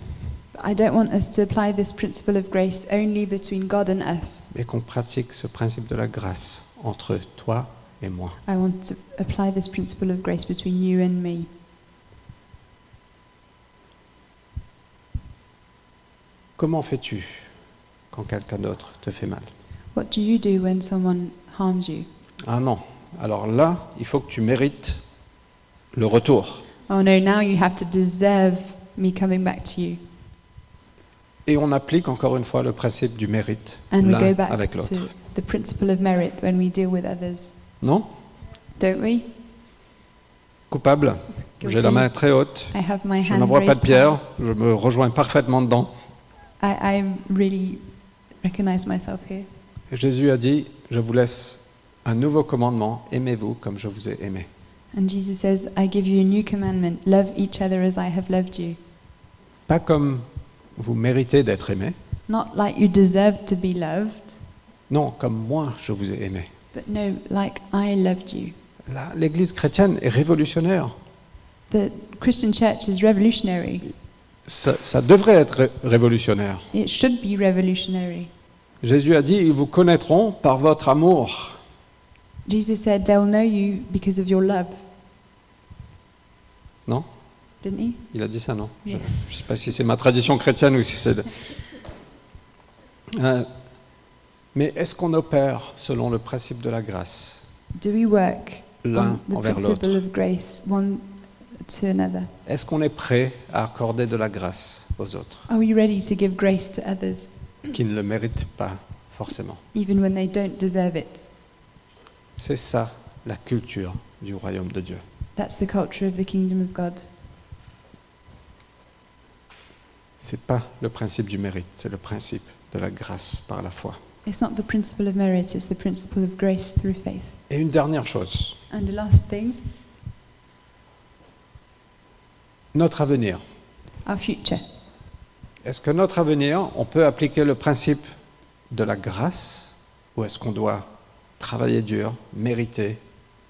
S2: But I don't want us to apply this principle of grace only between God and us.
S1: mais qu'on pratique ce principe de la grâce entre toi et moi.
S2: I want to apply this principle of grace between you and me.
S1: Comment fais-tu quand quelqu'un d'autre te fait mal
S2: What do you do when someone harms you?
S1: Ah non, alors là, il faut que tu mérites le retour.
S2: Oh no, now you have to deserve me coming back to you.
S1: Et on applique encore une fois le principe du mérite
S2: And we
S1: l'un
S2: go back
S1: avec l'autre.
S2: to the principle of merit when we deal with others,
S1: Non
S2: don't we?
S1: Coupable J'ai la main très haute.
S2: I have my
S1: Je
S2: hand
S1: n'envoie pas de
S2: raised
S1: pierre,
S2: high.
S1: je me rejoins parfaitement dedans.
S2: I, I really recognize myself here.
S1: Jésus a dit, je vous laisse un nouveau commandement, aimez-vous comme je vous ai aimé.
S2: And Jesus says, I give you a new commandment love each other as I have loved you.
S1: Pas comme vous méritez d'être aimé,
S2: Not like you deserve to be loved,
S1: non, comme moi je vous ai aimé.
S2: but no, like I loved you.
S1: Là, L'Église chrétienne est révolutionnaire.
S2: The Christian church is revolutionary.
S1: Ça, ça devrait être ré- révolutionnaire.
S2: It should be revolutionary.
S1: Jésus a dit, ils vous connaîtront par votre amour.
S2: Jesus said, They'll know you because of your love,
S1: Non
S2: didn't he?
S1: Il a dit ça, non Je ne
S2: Yes.
S1: sais pas si c'est ma tradition chrétienne ou si c'est... de- Euh, mais est-ce qu'on opère selon le principe de la grâce
S2: Do we work
S1: l'un
S2: on the
S1: envers
S2: principle
S1: l'autre
S2: of grace one to another?
S1: Est-ce qu'on est prêt à accorder de la grâce aux autres
S2: Are we ready to give grace to others,
S1: qui ne le méritent pas forcément
S2: even when they don't deserve it?
S1: C'est ça la culture du royaume de Dieu.
S2: That's the culture of the kingdom of God.
S1: C'est pas le principe du mérite, c'est le principe de la grâce par la foi.
S2: It's not the principle of merit, it's the principle of grace through faith.
S1: Et une dernière chose,
S2: And the last thing,
S1: notre avenir.
S2: our future.
S1: Est-ce que notre avenir, on peut appliquer le principe de la grâce ou est-ce qu'on doit travailler dur, mériter,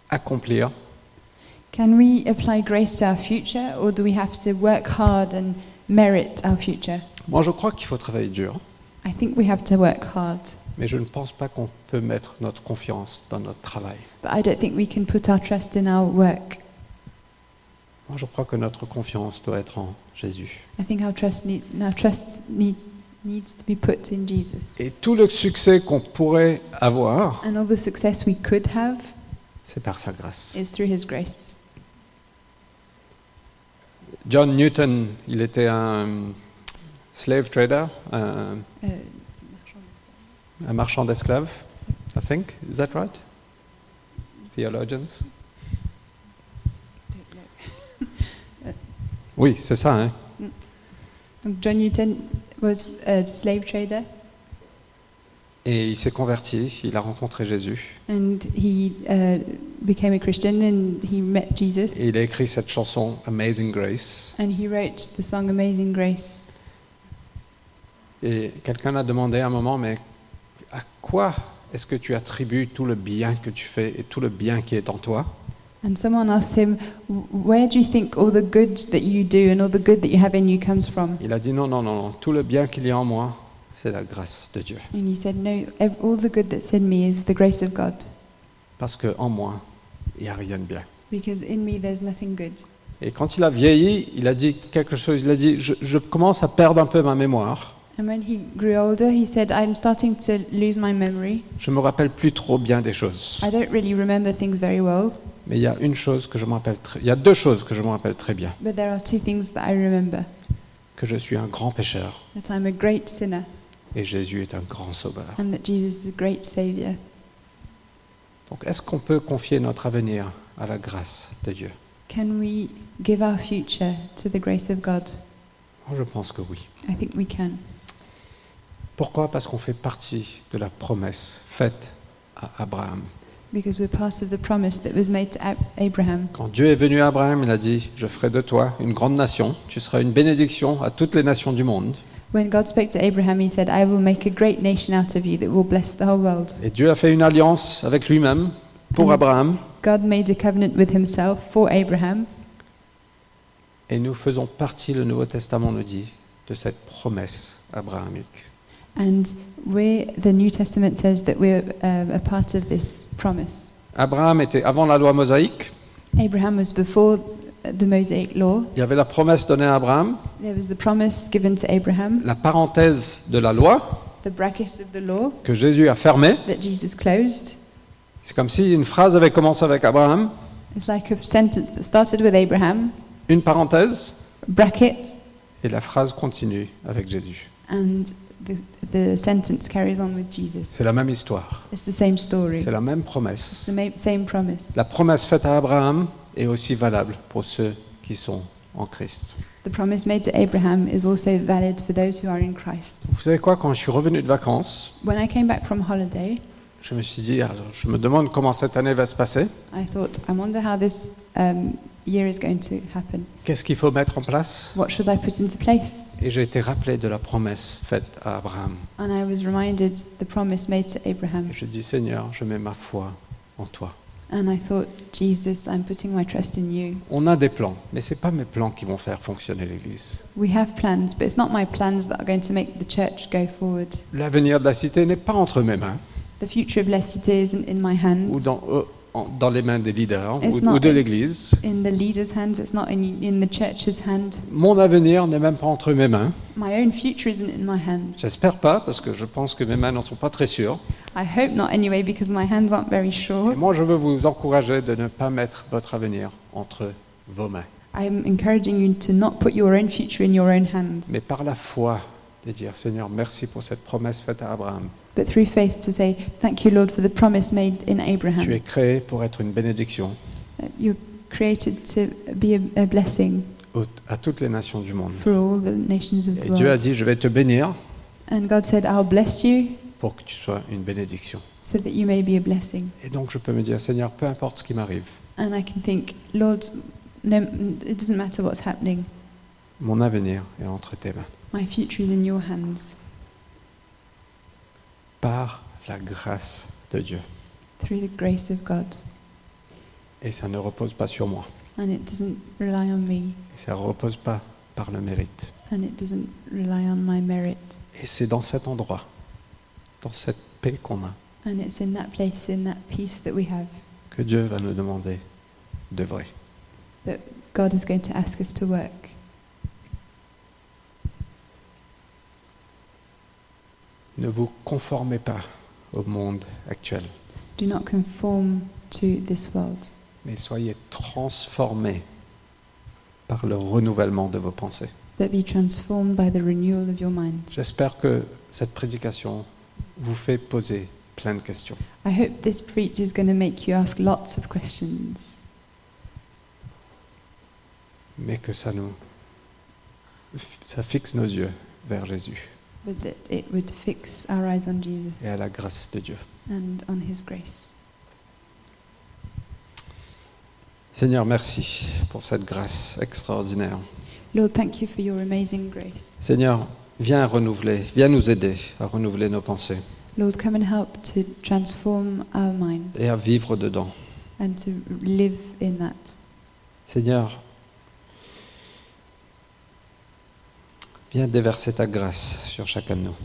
S1: accomplir
S2: Can we apply grace to our future, or do we have to work hard and merit our future?
S1: Moi, je crois qu'il faut travailler dur,
S2: I think we have to work hard,
S1: mais je ne pense pas qu'on peut mettre notre confiance dans notre travail.
S2: but I don't think we can put our trust in our work.
S1: Moi, je crois que notre confiance doit être en Jésus.
S2: I think our trust, need, our trust need, needs to be put in Jesus.
S1: Et tout le succès qu'on pourrait avoir,
S2: And all the success we could have
S1: c'est par sa grâce.
S2: is through His grace.
S1: John Newton, il était un slave trader, un,
S2: Uh,
S1: un marchand d'esclaves, I think. Is that right? Theologians? Oui, c'est ça. hein.
S2: John Newton was a slave trader
S1: Et il s'est converti, il a rencontré Jésus.
S2: and he uh, became a Christian and he met Jesus
S1: Et il a écrit cette chanson Amazing Grace.
S2: and he wrote the song Amazing Grace.
S1: Et quelqu'un a demandé à un moment, mais à quoi est-ce que tu attribues tout le bien que tu fais et tout le bien qui est en toi
S2: And someone asked him, "W- Where do you think all the good that you do and all the good that you have in you comes from?
S1: Il a dit non, non, non, non, tout le bien qu'il y a en moi, c'est la grâce de Dieu.
S2: And he said, No, ev- all the good that's in me is the grace of God
S1: Parce qu'en moi, il n'y a rien de bien.
S2: because in me there's nothing good.
S1: Et quand il a vieilli, il a dit quelque chose, il a dit, je, je commence à perdre un peu ma mémoire.
S2: And when he grew older, he said, I'm starting to lose my memory.
S1: Je me rappelle plus trop bien des choses.
S2: I don't really remember things very well,
S1: Mais il y a une chose que je me rappelle très, il y a deux choses que je me rappelle très bien.
S2: but there are two things that I remember
S1: Que je suis un grand pécheur
S2: that I'm a great sinner
S1: et Jésus est un grand sauveur.
S2: and that Jesus is a great savior.
S1: Donc est-ce qu'on peut confier notre avenir à la grâce de Dieu
S2: Can we give our future to the grace of God?
S1: Moi, je pense que oui.
S2: I think we can.
S1: Pourquoi Parce qu'on fait partie de la promesse faite à Abraham.
S2: Because we're part of the promise that was made to Ab- Abraham.
S1: Quand Dieu est venu à Abraham, il a dit Je ferai de toi une grande nation, tu seras une bénédiction à toutes les nations du monde.
S2: When God spoke to Abraham, he said, I will make a great nation out of you that will bless the whole world.
S1: Et Dieu a fait une alliance avec lui-même pour
S2: Amen.
S1: Abraham.
S2: God made a covenant with himself for Abraham,
S1: Et nous faisons partie, le Nouveau Testament nous dit, de cette promesse abrahamique.
S2: and we the New Testament says that we're uh, a part of this promise.
S1: Abraham était avant la loi mosaïque.
S2: Abraham was before the Mosaic law.
S1: Il y avait la promesse donnée à Abraham,
S2: There was the promise given to Abraham,
S1: la parenthèse de la loi
S2: the brackets of the law
S1: que Jésus a fermée.
S2: that Jesus closed.
S1: C'est comme si une phrase avait commencé avec Abraham,
S2: It's like a sentence that started with Abraham,
S1: une parenthèse,
S2: bracket,
S1: et la phrase continue avec Jésus.
S2: and the, the sentence carries on with Jesus.
S1: C'est la même histoire,
S2: It's the same story,
S1: c'est la même
S2: it's
S1: promesse.
S2: the ma- same promise.
S1: La promesse faite à Abraham est aussi valable pour ceux qui sont en Christ.
S2: The promise made to Abraham is also valid for those who are in Christ.
S1: Vous savez quoi, quand je suis revenu de vacances,
S2: When I came back from holiday,
S1: je me suis dit, alors, je me demande comment cette année va se passer,
S2: I thought, I wonder how this um, year is going to happen.
S1: qu'est-ce qu'il faut mettre en place
S2: What should I put into place?
S1: Et j'ai été rappelé de la promesse faite à Abraham.
S2: And I was reminded the promise made to
S1: Et
S2: Abraham.
S1: je dis, Seigneur, je mets ma foi en toi.
S2: And I thought, Jesus, I'm putting my trust in you.
S1: On a des plans, mais ce n'est pas mes plans qui vont faire fonctionner l'Église.
S2: We have plans, but it's not my plans that are going to make the church go forward.
S1: L'avenir de la cité n'est pas entre mes mains
S2: The future of La Cité isn't in my
S1: ou
S2: hands,
S1: dans, euh, en- dans les mains des leaders
S2: It's
S1: ou, ou
S2: not
S1: de
S2: in-
S1: l'Église.
S2: in the leader's hands, it's not in, in the church's hand.
S1: Mon avenir n'est même pas entre mes mains.
S2: My own future isn't in my hands.
S1: J'espère pas, parce que je pense que mes mains n'en sont pas très sûres.
S2: I hope not anyway, because my hands aren't very
S1: Et
S2: sure.
S1: moi, je veux vous encourager de ne pas mettre votre avenir entre vos mains,
S2: I'm encouraging you to not put your own future in your own hands.
S1: mais par la foi de dire Seigneur, merci pour cette promesse faite à Abraham.
S2: but through faith to say, Thank you, Lord, for the promise made in
S1: Tu es
S2: Abraham.
S1: créé pour être une bénédiction
S2: That you're created to be a, a blessing
S1: au- à toutes les nations du monde.
S2: for all the nations of
S1: Et
S2: the
S1: Dieu a
S2: world.
S1: dit Je vais te bénir
S2: And God said, I'll bless you
S1: pour que tu sois une bénédiction.
S2: so that you may be a blessing.
S1: Et donc, je peux me dire Seigneur, peu importe ce qui m'arrive,
S2: And I can think, Lord, no, it doesn't matter what's happening.
S1: mon avenir est entre tes mains.
S2: My future is in your hands
S1: Par la grâce de Dieu.
S2: through the grace of God.
S1: Et ça ne repose pas sur moi.
S2: And it doesn't rely on me.
S1: Et ça ne repose pas par le mérite.
S2: And it doesn't rely on my merit.
S1: Et c'est dans cet endroit, dans cette paix qu'on a,
S2: And it's in that place, in that peace that we have,
S1: que Dieu va nous demander de vrai.
S2: God is going to ask us to work.
S1: Ne vous conformez pas au monde actuel,
S2: Do not conform to this world,
S1: mais soyez transformés par le renouvellement de vos pensées.
S2: but be transformed by the renewal of your minds.
S1: J'espère que cette prédication vous fait poser plein de questions.
S2: I hope this preach is going to make you ask lots of questions,
S1: mais que ça nous ça fixe nos yeux vers Jésus
S2: but that it would fix our eyes on Jesus
S1: et à la grâce de Dieu.
S2: and on his grace.
S1: Seigneur, merci pour cette grâce extraordinaire.
S2: Lord, thank you for your amazing grace.
S1: Seigneur, viens renouveler, viens nous aider à renouveler nos pensées
S2: Lord, come and help to transform our minds
S1: et à vivre dedans.
S2: and to live in that.
S1: Seigneur, viens déverser ta grâce sur chacun de nous,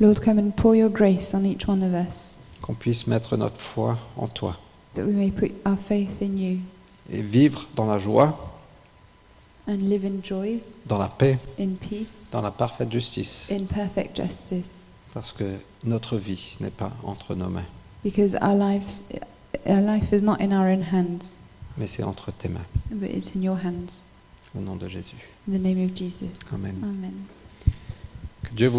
S2: Lord, come and pour your grace on each one of us,
S1: qu'on puisse mettre notre foi en toi
S2: that we may put our faith in you
S1: et vivre dans la joie,
S2: and live in joy,
S1: dans la paix,
S2: in peace,
S1: dans la parfaite justice,
S2: in perfect justice,
S1: parce que notre vie n'est pas entre nos mains,
S2: because our lives, our life is not in our own hands,
S1: mais c'est entre tes mains,
S2: but it's in your hands.
S1: au nom de Jésus.
S2: In the name of Jesus.
S1: Amen.
S2: Amen.
S1: Que Dieu vous